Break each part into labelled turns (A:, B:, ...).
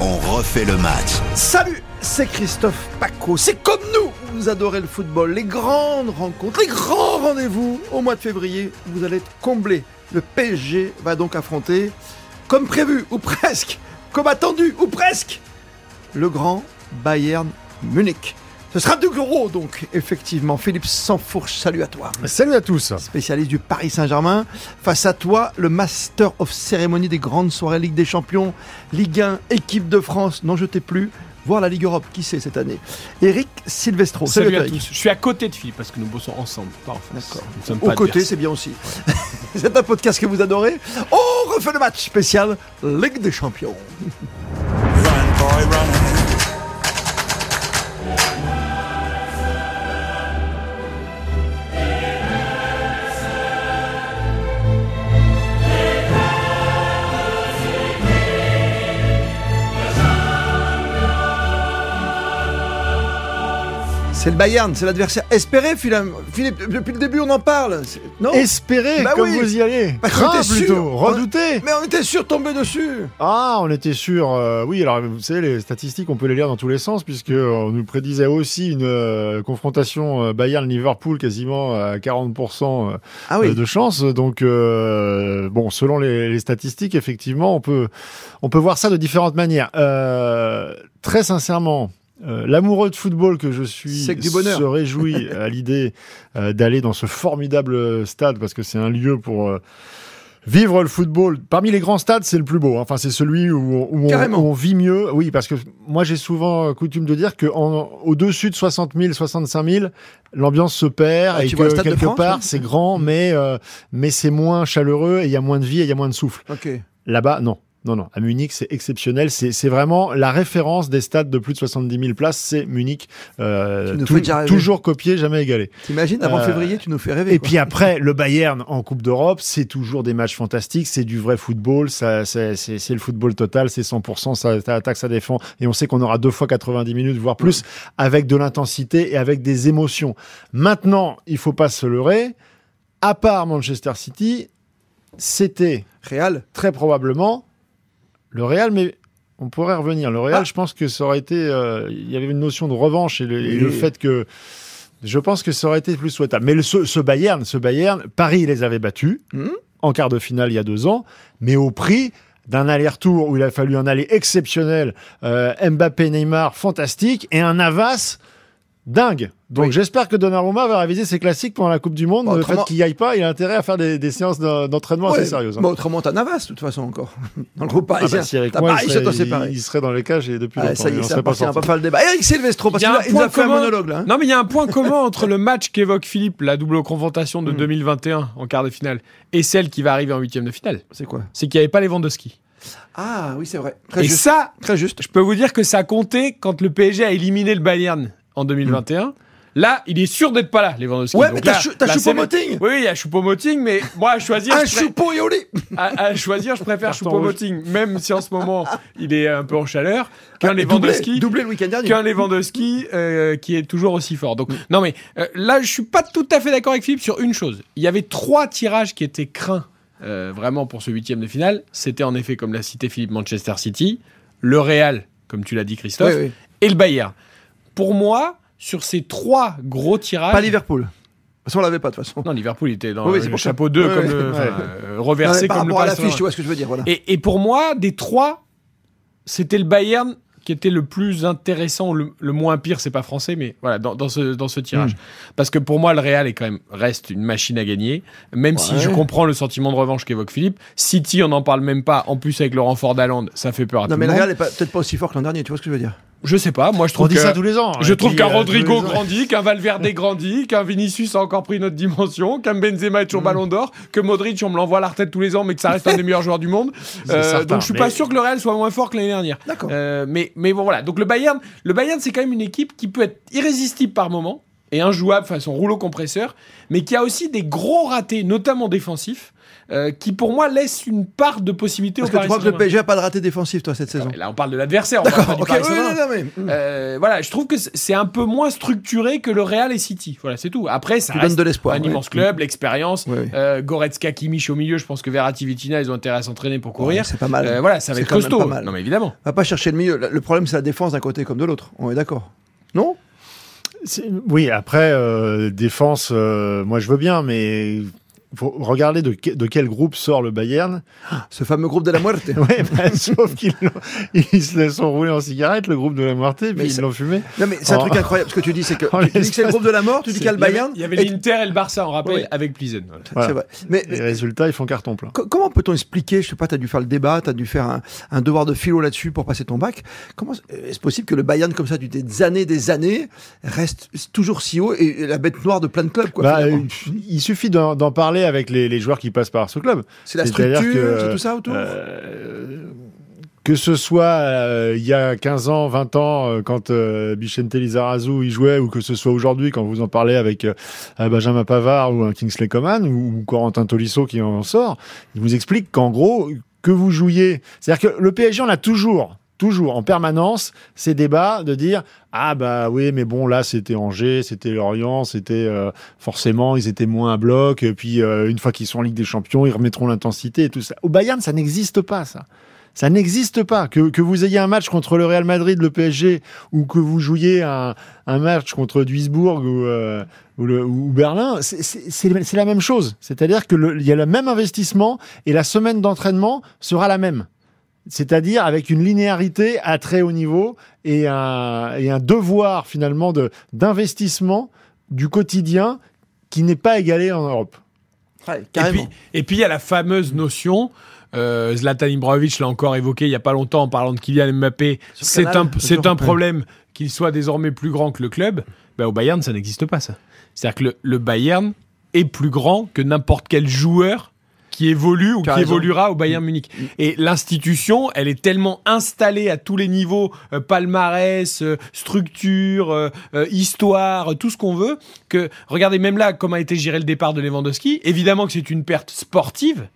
A: refait le match.
B: Salut, c'est Christophe Paco. C'est comme nous, vous adorez le football, les grandes rencontres, les grands rendez-vous. Au mois de février, vous allez être comblés. Le PSG va donc affronter, comme prévu, ou presque, comme attendu, ou presque, le grand Bayern Munich. Ce sera du gros donc, effectivement. Philippe Sansfourche, salut à toi.
C: Salut à tous
B: Spécialiste du Paris Saint-Germain, face à toi, le Master of Cérémonie des grandes soirées Ligue des Champions, Ligue 1, équipe de France, n'en jetez plus, voir la Ligue Europe, qui sait cette année. Eric Silvestro,
D: Salut à
B: Eric.
D: tous. Je suis à côté de Philippe parce que nous bossons ensemble, pas en face.
B: D'accord.
D: Nous ne sommes
B: Au
D: pas
B: côté,
D: adversaires.
B: c'est bien aussi. c'est un podcast que vous adorez. On refait le match spécial Ligue des Champions.
E: Run, boy, run.
B: C'est le Bayern, c'est l'adversaire espéré, Philippe. Philippe, Depuis le début, on en parle. C'est- Non
C: Espérez
B: Bah
C: comme
B: oui.
C: vous y allez
B: Bah,
C: Crains
B: j'étais sûr.
C: plutôt Redoutez
B: Mais on était sûr de tomber dessus.
C: Ah, on était sûr. euh, oui, alors vous savez, les statistiques, on peut les lire dans tous les sens, puisque euh, on nous prédisait aussi une euh, confrontation euh, Bayern-Liverpool quasiment à 40% euh,
B: Ah
C: euh, de chance. Donc, euh, bon, selon les, les statistiques, effectivement, on peut, on peut voir ça de différentes manières. Euh, très sincèrement, euh, l'amoureux de football que je suis
B: C'est que du bonheur.
C: se réjouit à l'idée euh, d'aller dans ce formidable stade parce que c'est un lieu pour euh, vivre le football. Parmi les grands stades, c'est le plus beau. hein. Enfin, c'est celui où, on- où on,
B: Carrément.
C: où on vit mieux. Oui, parce que moi, j'ai souvent euh, coutume de dire que en- au-dessus de 60 000, 65 000, l'ambiance se perd
B: Ah,
C: et
B: tu vois le
C: que
B: Stade de
C: quelque
B: France, Mmh.
C: part,
B: ouais.
C: c'est grand, mais euh, mais c'est moins chaleureux et il y a moins de vie et il y a moins de souffle.
B: Ok.
C: Là-bas, non. Non, non, à Munich, c'est exceptionnel. C'est c'est vraiment la référence des stades de plus de 70 000 places. C'est Munich. Euh,
B: Tu nous
C: tou-
B: fais déjà rêver.
C: toujours copié, jamais égalé.
B: T'imagines, avant
C: Euh,
B: février, tu nous fais rêver.
C: Et
B: quoi.
C: puis après, le Bayern en Coupe d'Europe, c'est toujours des matchs fantastiques, c'est du vrai football, ça, c'est, c'est- c'est le football total, c'est 100%, ça, ça attaque, ça défend, et on sait qu'on aura deux fois 90 minutes, voire plus, avec de l'intensité et avec des émotions. Maintenant, il faut pas se leurrer, à part Manchester City, c'était
B: Real.
C: très probablement le Real, mais on pourrait revenir. Le Real,
B: Ah.
C: je pense que ça aurait été. euh, Il y avait une notion de revanche et le, et le
B: Oui.
C: fait que. Je pense que ça aurait été plus souhaitable. Mais le- ce, ce Bayern, ce Bayern, Paris les avait battus
B: Mhm.
C: en quart de finale il y a deux ans, mais au prix d'un aller-retour où il a fallu un aller exceptionnel, euh, Mbappé, Neymar, fantastique, et un Navas dingue. Donc
B: Oui.
C: j'espère que Donnarumma va réviser ses classiques pendant la Coupe du Monde.
B: Bon,
C: le
B: autrement-
C: fait qu'il n'y aille pas, il a intérêt à faire des, des séances d'en- d'entraînement
B: Ouais,
C: assez sérieuses. hein.
B: bah, autrement, t'as Navas, de toute façon, encore. Dans le groupe
C: Ah
B: parisien.
C: bah, si avec
B: T'as
C: moi,
B: Paris,
C: il,
B: c'est toi,
C: serait,
B: c'est
C: il-
B: pareil.
C: il serait dans les cages et depuis
B: Ah,
C: longtemps.
B: ça y
C: il
B: est,
C: en
B: c'est
C: serait pas
B: parti, on va pas
C: sorti.
B: faire le débat. Eric Silvestro, parce
D: Il y
B: qu'il
D: a
B: a-
D: un
B: il nous a
D: point
B: fait un
D: commun.
B: monologue, là. hein.
D: Non, mais il y a un point commun entre le match qu'évoque Philippe, la double confrontation de
B: Mm.
D: 2021 en quart de finale, et celle qui va arriver en huitième de finale.
B: C'est quoi
D: C'est qu'il n'y avait pas les ventes de ski.
B: Ah, oui, c'est vrai. Très
D: Et
B: juste.
D: ça,
B: Très juste.
D: je peux vous dire que ça a compté quand le PSG a éliminé le Bayern en 2021. Là, il est sûr d'être pas là, les ventes de ski.
B: Ouais,
D: Donc
B: mais
D: là-
B: t'as Chou- t'as
D: là, c'est-
B: Choupo-Moting
D: Oui, oui, il y a Choupo-Moting, mais moi, à choisir,
B: Un
D: je pré-
B: choupeau et au lit
D: à, à choisir, je préfère
C: Carton
D: Choupo-Moting, même si en ce moment, il est un peu en chaleur, qu'un les ventes de
B: Ah, doublé,
D: ski.
B: doublé le week-end dernier.
D: qu'un Lewandowski euh, qui est toujours aussi fort.
B: Mm.
D: Donc non mais euh, là je suis pas tout à fait d'accord avec Philippe sur une chose. Il y avait trois tirages qui étaient craints euh, vraiment pour ce huitième de finale. C'était en effet comme l'a cité Philippe Manchester City, le Real comme tu l'as dit Christophe
B: Ouais, ouais.
D: et le Bayern. Pour moi sur ces trois gros tirages.
B: Pas Liverpool. De toute façon, on l'avait pas, de toute façon.
D: Non Liverpool il était dans
B: Oui, oui, c'est
D: le
B: pour ça.
D: chapeau
B: Ouais,
D: 2 comme
B: ouais.
D: le- enfin,
C: Ouais.
D: euh, reversé
B: Non, mais par
D: comme le
B: rapport à
D: Paris
B: l'affiche,
D: Saint-Germain.
B: tu vois ce que je veux dire, voilà.
D: Et, et pour moi, des trois, c'était le Bayern qui était le plus intéressant, le, le moins pire, c'est pas français, mais voilà, dans, dans ce, dans ce tirage.
B: Hmm.
D: Parce que pour moi, le Real est quand même, reste une machine à gagner, même si
B: Ouais.
D: je comprends le sentiment de revanche qu'évoque Philippe. City, on n'en parle même pas, en plus avec le renfort d'Haaland, ça fait peur à
B: Non,
D: tout
B: mais
D: le
B: le
D: monde.
B: Real est pas- peut-être pas aussi fort que l'an dernier, tu vois ce que je veux dire.
D: Je sais pas, moi je
C: On
D: trouve
C: dit
D: que...
C: ça tous les ans.
D: Je
C: Et
D: trouve
C: puis,
D: qu'un
C: euh, tous les
D: Rodrigo
C: ans.
D: grandit, qu'un Valverde grandit, qu'un Vinicius a encore pris notre dimension, qu'un Benzema est
B: Mm.
D: toujours ballon d'or, que Modric, on me l'envoie à la retraite tous les ans, mais que ça reste un des meilleurs joueurs du monde.
C: C'est
D: Euh,
C: certain,
D: donc je suis
C: mais-
D: pas sûr que le Real soit moins fort que l'année dernière.
B: D'accord.
D: Euh, mais, mais bon, voilà. Donc le Bayern, le Bayern c'est quand même une équipe qui peut être irrésistible par moment. et injouable façon rouleau compresseur, mais qui a aussi des gros ratés, notamment défensifs, euh, qui pour moi laissent une part de possibilité
B: Parce
D: au
B: que tu
D: Paris
B: crois que le
D: Saint-Germain.
B: PSG a pas de raté défensif, toi, cette saison
D: Et Là, on parle de l'adversaire. on parle pas du
B: Ok,
D: Paris
B: oui,
D: Saint-Germain.
B: non, non, mais, mm.
D: Euh, voilà, je trouve que c'est- c'est un peu moins structuré que le Real et City. Voilà, c'est tout. Après, ça
B: tu
D: reste
B: donnes de l'espoir.
D: un
B: ouais. Hmm.
D: immense club, l'expérience.
B: Ouais, ouais.
D: Euh, Goretzka, Kimmich au milieu, je pense que Verratti, Vitina, ils ont intérêt à s'entraîner pour
B: Ouais,
D: courir.
B: C'est pas mal.
D: Euh, voilà, ça va
B: C'est
D: être
B: quand même
D: costaud.
B: pas mal.
D: Non, mais évidemment.
B: On va pas chercher le milieu. Le problème, c'est la défense d'un côté comme de l'autre. On est d'accord Non
C: C'est- Oui, après, euh, défense, euh, moi je veux bien, mais faut regarder de, que- de quel groupe sort le Bayern.
B: Ce fameux groupe de la muerte.
C: Ouais, bah, sauf qu'ils l'ont- ils se laissent enrouler en cigarette, le groupe de la moitié,
B: Mais
C: puis ils
B: ça-
C: l'ont fumé.
B: Non, mais c'est un
C: Oh.
B: truc incroyable. Ce que tu dis, c'est que
C: Oh,
B: tu dis que c'est le groupe de la mort, tu dis qu'il y a le
D: Il y avait-
B: Bayern.
D: Il y avait
B: et-
D: l'Inter et le Barça, on rappelle,
B: Ouais.
D: avec Plizen.
B: C'est
C: Voilà.
B: vrai. Mais, mais
C: Les résultats, ils font carton plein.
B: co- comment peut-on expliquer Je sais pas, tu as dû faire le débat, tu as dû faire un, un devoir de philo là-dessus pour passer ton bac. Comment est-ce possible que le Bayern, comme ça, du des années, des années, reste toujours si haut et, et la bête noire de plein de clubs quoi,
C: Bah,
B: finalement
C: euh, il suffit d'en d'en parler avec les, les joueurs qui passent par ce club.
B: C'est la
C: c'est-à-dire
B: structure,
C: que,
B: c'est tout ça autour.
C: Euh, que ce soit euh, il y a 15 ans, 20 ans, euh, quand euh, Bichente Lizarazu y jouait, ou que ce soit aujourd'hui, quand vous en parlez avec euh, un Benjamin Pavard ou un Kingsley Coman ou, ou Corentin Tolisso qui en sort, il vous explique qu'en gros, que vous jouiez. C'est-à-dire que le PSG, on a toujours. Toujours, en permanence, ces débats de dire Ah, bah oui, mais bon, là, c'était Angers, c'était Lorient, c'était euh, forcément, ils étaient moins à bloc. Et puis, euh, une fois qu'ils sont en Ligue des Champions, ils remettront l'intensité et tout ça. Au Bayern, ça n'existe pas, ça. Ça n'existe pas. Que, que vous ayez un match contre le Real Madrid, le PSG, ou que vous jouiez un, un match contre Duisbourg ou, euh, ou, le- ou Berlin, c'est- c'est c'est- c'est la même chose. C'est-à-dire qu'il y a le même investissement et la semaine d'entraînement sera la même. C'est-à-dire avec une linéarité à très haut niveau et un, et un devoir finalement de- d'investissement du quotidien qui n'est pas égalé en Europe.
B: Ouais,
D: Et
B: carrément.
D: puis, et puis, il y a la fameuse notion, euh, Zlatan Ibrahimovic l'a encore évoqué il n'y a pas longtemps en parlant de Kylian Mbappé,
B: Sur
D: c'est
B: Canal,
D: un,
B: le
D: c'est
B: jour.
D: un problème qu'il soit désormais plus grand que le club. Bah, au Bayern, ça n'existe pas, ça. C'est-à-dire que le, le Bayern est plus grand que n'importe quel joueur qui évolue ou
B: Tu as
D: qui
B: raison. Mm.
D: évoluera au Bayern Munich. Et l'institution, elle est tellement installée à tous les niveaux, euh, palmarès, euh, structure, euh, euh, histoire, euh, tout ce qu'on veut, que regardez même là comment a été géré le départ de Lewandowski. Évidemment que c'est une perte sportive. Mm.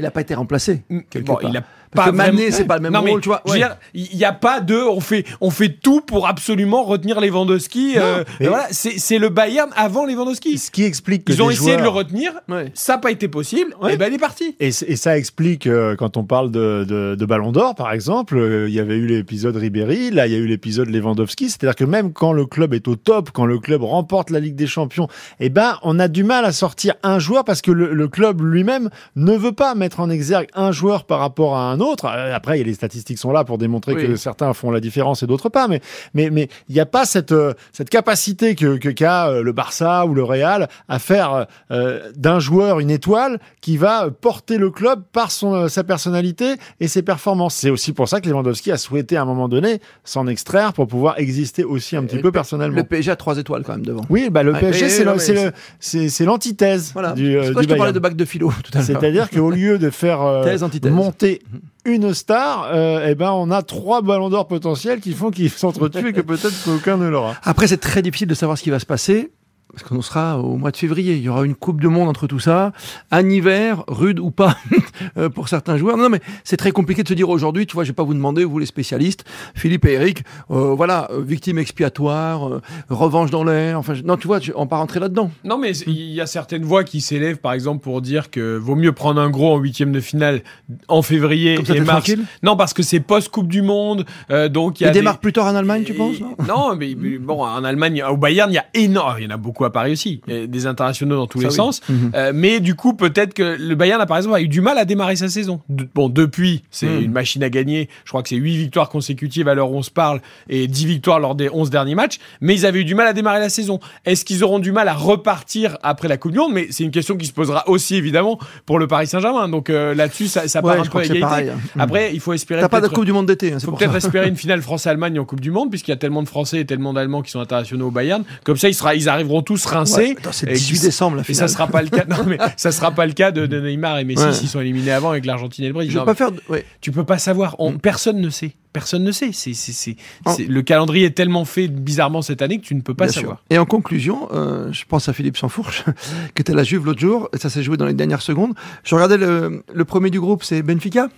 B: Il n'a pas été remplacé. quelque
D: Bon,
B: part.
D: il a
B: Parce
D: pas
B: que Mané,
D: vraiment-
B: c'est pas le même
D: Non, mais
B: rôle, tu vois.
D: je veux
B: Ouais.
D: dire, il n'y a pas de. On fait, on fait tout pour absolument retenir Lewandowski. euh,
C: mais-
D: voilà, c'est c'est le Bayern avant Lewandowski.
C: Ce qui explique que
D: Ils ont
C: des
D: essayé de le
C: joueurs-
D: retenir.
B: Ouais.
D: Ça n'a pas été possible.
C: Ouais.
D: Et ben il est parti.
C: Et, c- et ça explique, euh, quand on parle de, de- de Ballon d'Or, par exemple, euh, il y avait eu l'épisode Ribéry, là, il y a eu l'épisode Lewandowski. C'est-à-dire que même quand le club est au top, quand le club remporte la Ligue des Champions, eh ben, on a du mal à sortir un joueur parce que le, le club lui-même ne veut pas mettre en exergue un joueur par rapport à un autre. Euh, Après, il y a les statistiques sont là pour démontrer
B: Oui.
C: que certains font la différence et d'autres pas. Mais mais mais il n'y a pas cette euh, cette capacité que que qu'a euh, le Barça ou le Real à faire euh, euh, d'un joueur une étoile qui va euh, porter le club par son euh, sa personnalité et ses performances. C'est aussi pour ça que Lewandowski a souhaité à un moment donné s'en extraire pour pouvoir exister aussi un petit peu personnellement.
B: Le Ah, PSG a trois étoiles quand même devant.
C: Oui, bah le
B: Ouais,
C: PSG
B: mais-
C: c'est
B: non,
C: le-
B: mais
C: c'est le- c'est c'est l'antithèse
B: Voilà.
C: du, euh,
B: c'est pour ça
C: du
B: que je te parlais
C: Bayern.
B: de bac de philo tout à l'heure.
C: C'est-à-dire qu'au lieu de faire euh,
B: Thèse, antithèse. Mhm.
C: monter une star, euh, eh ben on a trois ballons d'or potentiels qui font qu'ils s'entretuent et que peut-être qu'aucun ne l'aura.
B: Après, c'est très difficile de savoir ce qui va se passer. Parce qu'on sera au mois de février. Il y aura une Coupe du Monde entre tout ça. Un hiver, rude ou pas, euh, pour certains joueurs. Non, mais c'est très compliqué de se dire aujourd'hui, tu vois, je vais pas vous demander, vous les spécialistes, Philippe et Eric, euh, voilà, euh, victime expiatoire, euh, revanche dans l'air. Enfin, je- non, tu vois, je- on va pas rentrer là-dedans.
D: Non, mais il y a certaines voix qui s'élèvent, par exemple, pour dire que vaut mieux prendre un gros en huitième de finale en février
B: Comme ça,
D: et
B: t'es
D: mars.
B: tranquille
D: Non, parce que c'est post-Coupe du Monde, euh, donc il y a
B: Il
D: des-
B: démarre plus tard en Allemagne, tu
D: Et-
B: penses non
D: Non, mais, mais bon, en Allemagne, au Bayern, il y a énorme, il y en a beaucoup à Paris aussi, et des internationaux dans tous
B: Ça,
D: les
B: oui. Mhm.
D: sens. Euh, mais du coup, peut-être que le Bayern, a, par exemple, a eu du mal à démarrer sa saison. De- bon, depuis, c'est
B: Mhm.
D: une machine à gagner. Je crois que c'est 8 victoires consécutives à l'heure où on se parle et 10 victoires lors des 11 derniers matchs. Mais ils avaient eu du mal à démarrer la saison. Est-ce qu'ils auront du mal à repartir après la Coupe du Monde Mais c'est une question qui se posera aussi, évidemment, pour le Paris Saint-Germain. Donc euh, là-dessus, ça, ça
B: Ouais,
D: part un
B: je
D: peu
B: crois
D: à
B: que c'est
D: égalité.
B: pareil. hein. Mhm.
D: Après, il faut espérer.
B: T'as pas de
D: peut-être-
B: Coupe du Monde d'été, hein, c'est
D: faut
B: pour ça.
D: peut-être espérer une finale France-Allemagne en Coupe du Monde, puisqu'il y a tellement de Français et tellement d'Allemands qui sont internationaux au Bayern. Comme ça, ils, sera- ils arriveront tous rincés.
B: Attends, c'est le
D: Et
B: 18
D: qui-
B: décembre la
D: Et ça
B: finale.
D: sera pas le cas. Non, mais ça sera pas le cas de, de Neymar et Messi
B: Ouais.
D: s'ils sont éliminés avant avec l'Argentine et le Brésil.
B: Je
D: Non,
B: vais pas faire. de- ouais.
D: Tu peux pas savoir. On-
B: Mm.
D: Personne ne sait. Personne ne sait. C'est, c'est, c'est-
B: En-
D: c'est- le calendrier est tellement fait bizarrement cette année que tu ne peux pas
B: Bien sûr.
D: savoir.
B: Et en conclusion, euh, je pense à Philippe Sansfourche, qui était à la Juve l'autre jour, et ça s'est joué dans les dernières secondes. Je regardais le, le premier du groupe, c'est Benfica.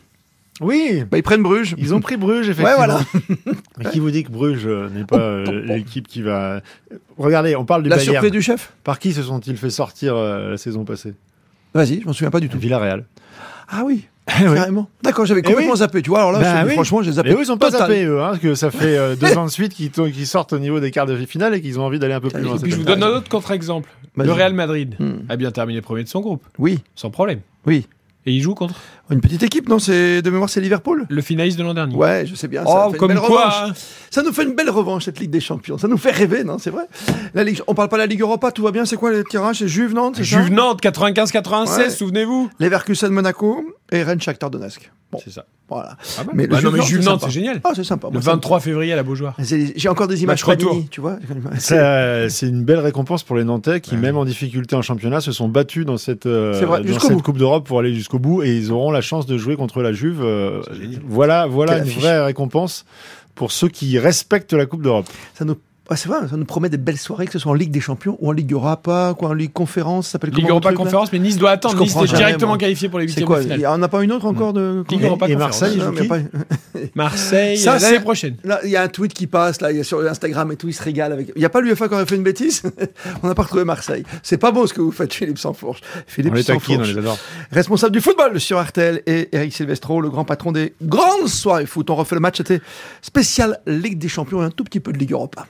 C: Oui,
B: Bah, ils prennent Bruges.
C: ils ont pris Bruges, effectivement.
B: Ouais, voilà.
C: Mais qui vous dit que Bruges euh, n'est pas euh,
B: Oh, oh, oh.
C: l'équipe qui va. euh, Regardez, on parle du
B: La
C: Bayern.
B: surprise du chef
C: Par qui se sont-ils fait sortir euh, la saison passée
B: Vas-y, je m'en souviens pas du tout.
C: Villarreal.
B: Ah oui,
C: Eh oui.
B: carrément. D'accord, j'avais
C: Eh
B: complètement
C: oui.
B: zappé. Tu vois, alors là,
C: Bah
B: je te dis,
C: oui.
B: franchement, j'ai zappé.
C: Mais eux, ils ont pas
B: Total.
C: tapé, eux, hein, que ça fait euh, deux ans de suite qu'ils to- qu'ils sortent au niveau des quarts de finale et qu'ils ont envie d'aller un peu plus
B: Et
C: loin.
D: Et puis je vous
C: cette
D: donne
C: année.
D: un autre contre-exemple.
B: Vas-y.
D: Le Real Madrid
C: Eh
B: Hmm.
D: a bien terminé premier de son groupe,
B: Oui,
D: sans problème.
B: oui.
D: Et il joue contre
B: Une petite équipe, non C'est de mémoire, c'est Liverpool.
D: le finaliste de l'an dernier.
B: Ouais, je sais bien. ça
D: Oh,
B: fait une
D: comme
B: belle
D: quoi
B: revanche.
D: hein.
B: Ça nous fait une belle revanche cette Ligue des Champions. Ça nous fait rêver, non C'est vrai. La Ligue, on parle pas de la Ligue Europa. Tout va bien. C'est quoi le tirage C'est Juve Nantes. c'est ça
D: Juve Nantes 95-96,
B: Ouais.
D: souvenez-vous.
B: Leverkusen Monaco et Rennes Shakhtar Donetsk. Bon,
D: C'est ça.
B: voilà.
D: Pas mal.
B: Mais le
D: Bah non,
B: Juve
D: mais
B: Nantes,
D: Juve
B: c'est
D: Nantes,
B: sympa.
D: c'est génial.
B: Ah, c'est sympa.
D: Le
B: moi, ça me-
D: 23 février à la Beaujoire.
B: C'est- J'ai encore des images
D: retour.
B: Panini, tu vois.
C: Ça, euh, C'est une belle récompense pour les Nantais qui,
D: Ouais.
C: même en difficulté en championnat, se sont battus dans cette, euh,
B: C'est vrai,
C: dans
B: jusqu'au
C: cette
B: bout.
C: Coupe d'Europe pour aller jusqu'au bout et ils auront la chance de jouer contre la Juve. euh,
D: C'est génial.
C: voilà voilà
B: Quelle
C: une
B: affiche.
C: vraie récompense pour ceux qui respectent la Coupe d'Europe.
B: Ça nous, ah, c'est vrai, ça nous promet des belles soirées, que ce soit en Ligue des Champions ou en Ligue Europa, quoi, en Ligue Conférence. Ça s'appelle
D: Ligue
B: comment le
D: Europa
B: truc, là
D: Conférence, mais Nice doit attendre.
B: Je
D: Nice
B: comprends
D: est
B: jamais,
D: directement
B: moi.
D: qualifié pour les
B: C'est
D: huitièmes de
B: quoi
D: finale.
B: Il y en a pas une autre encore de
D: Ligue Europa
C: et
D: Conférence.
C: Marseille,
B: Non,
C: joue
B: mais
C: qui
B: pas-
D: Marseille,
B: Ça,
D: ça,
B: c'est-
D: l'année prochaine.
B: Là, il y a un tweet qui passe là, il y a sur Instagram et tout, il se régale avec. Il n'y a pas l'UEFA qui aurait fait une bêtise On n'a pas retrouvé Marseille. C'est pas beau ce que vous faites, Philippe Sansfourche. Philippe
C: on les taquine, on
B: Sansfourche,
C: les adore.
B: responsable du football sur RTL et Eric Silvestro, le grand patron des grandes soirées foot. On refait le match, c'était spécial Ligue des Champions et un tout petit peu de Ligue Europa.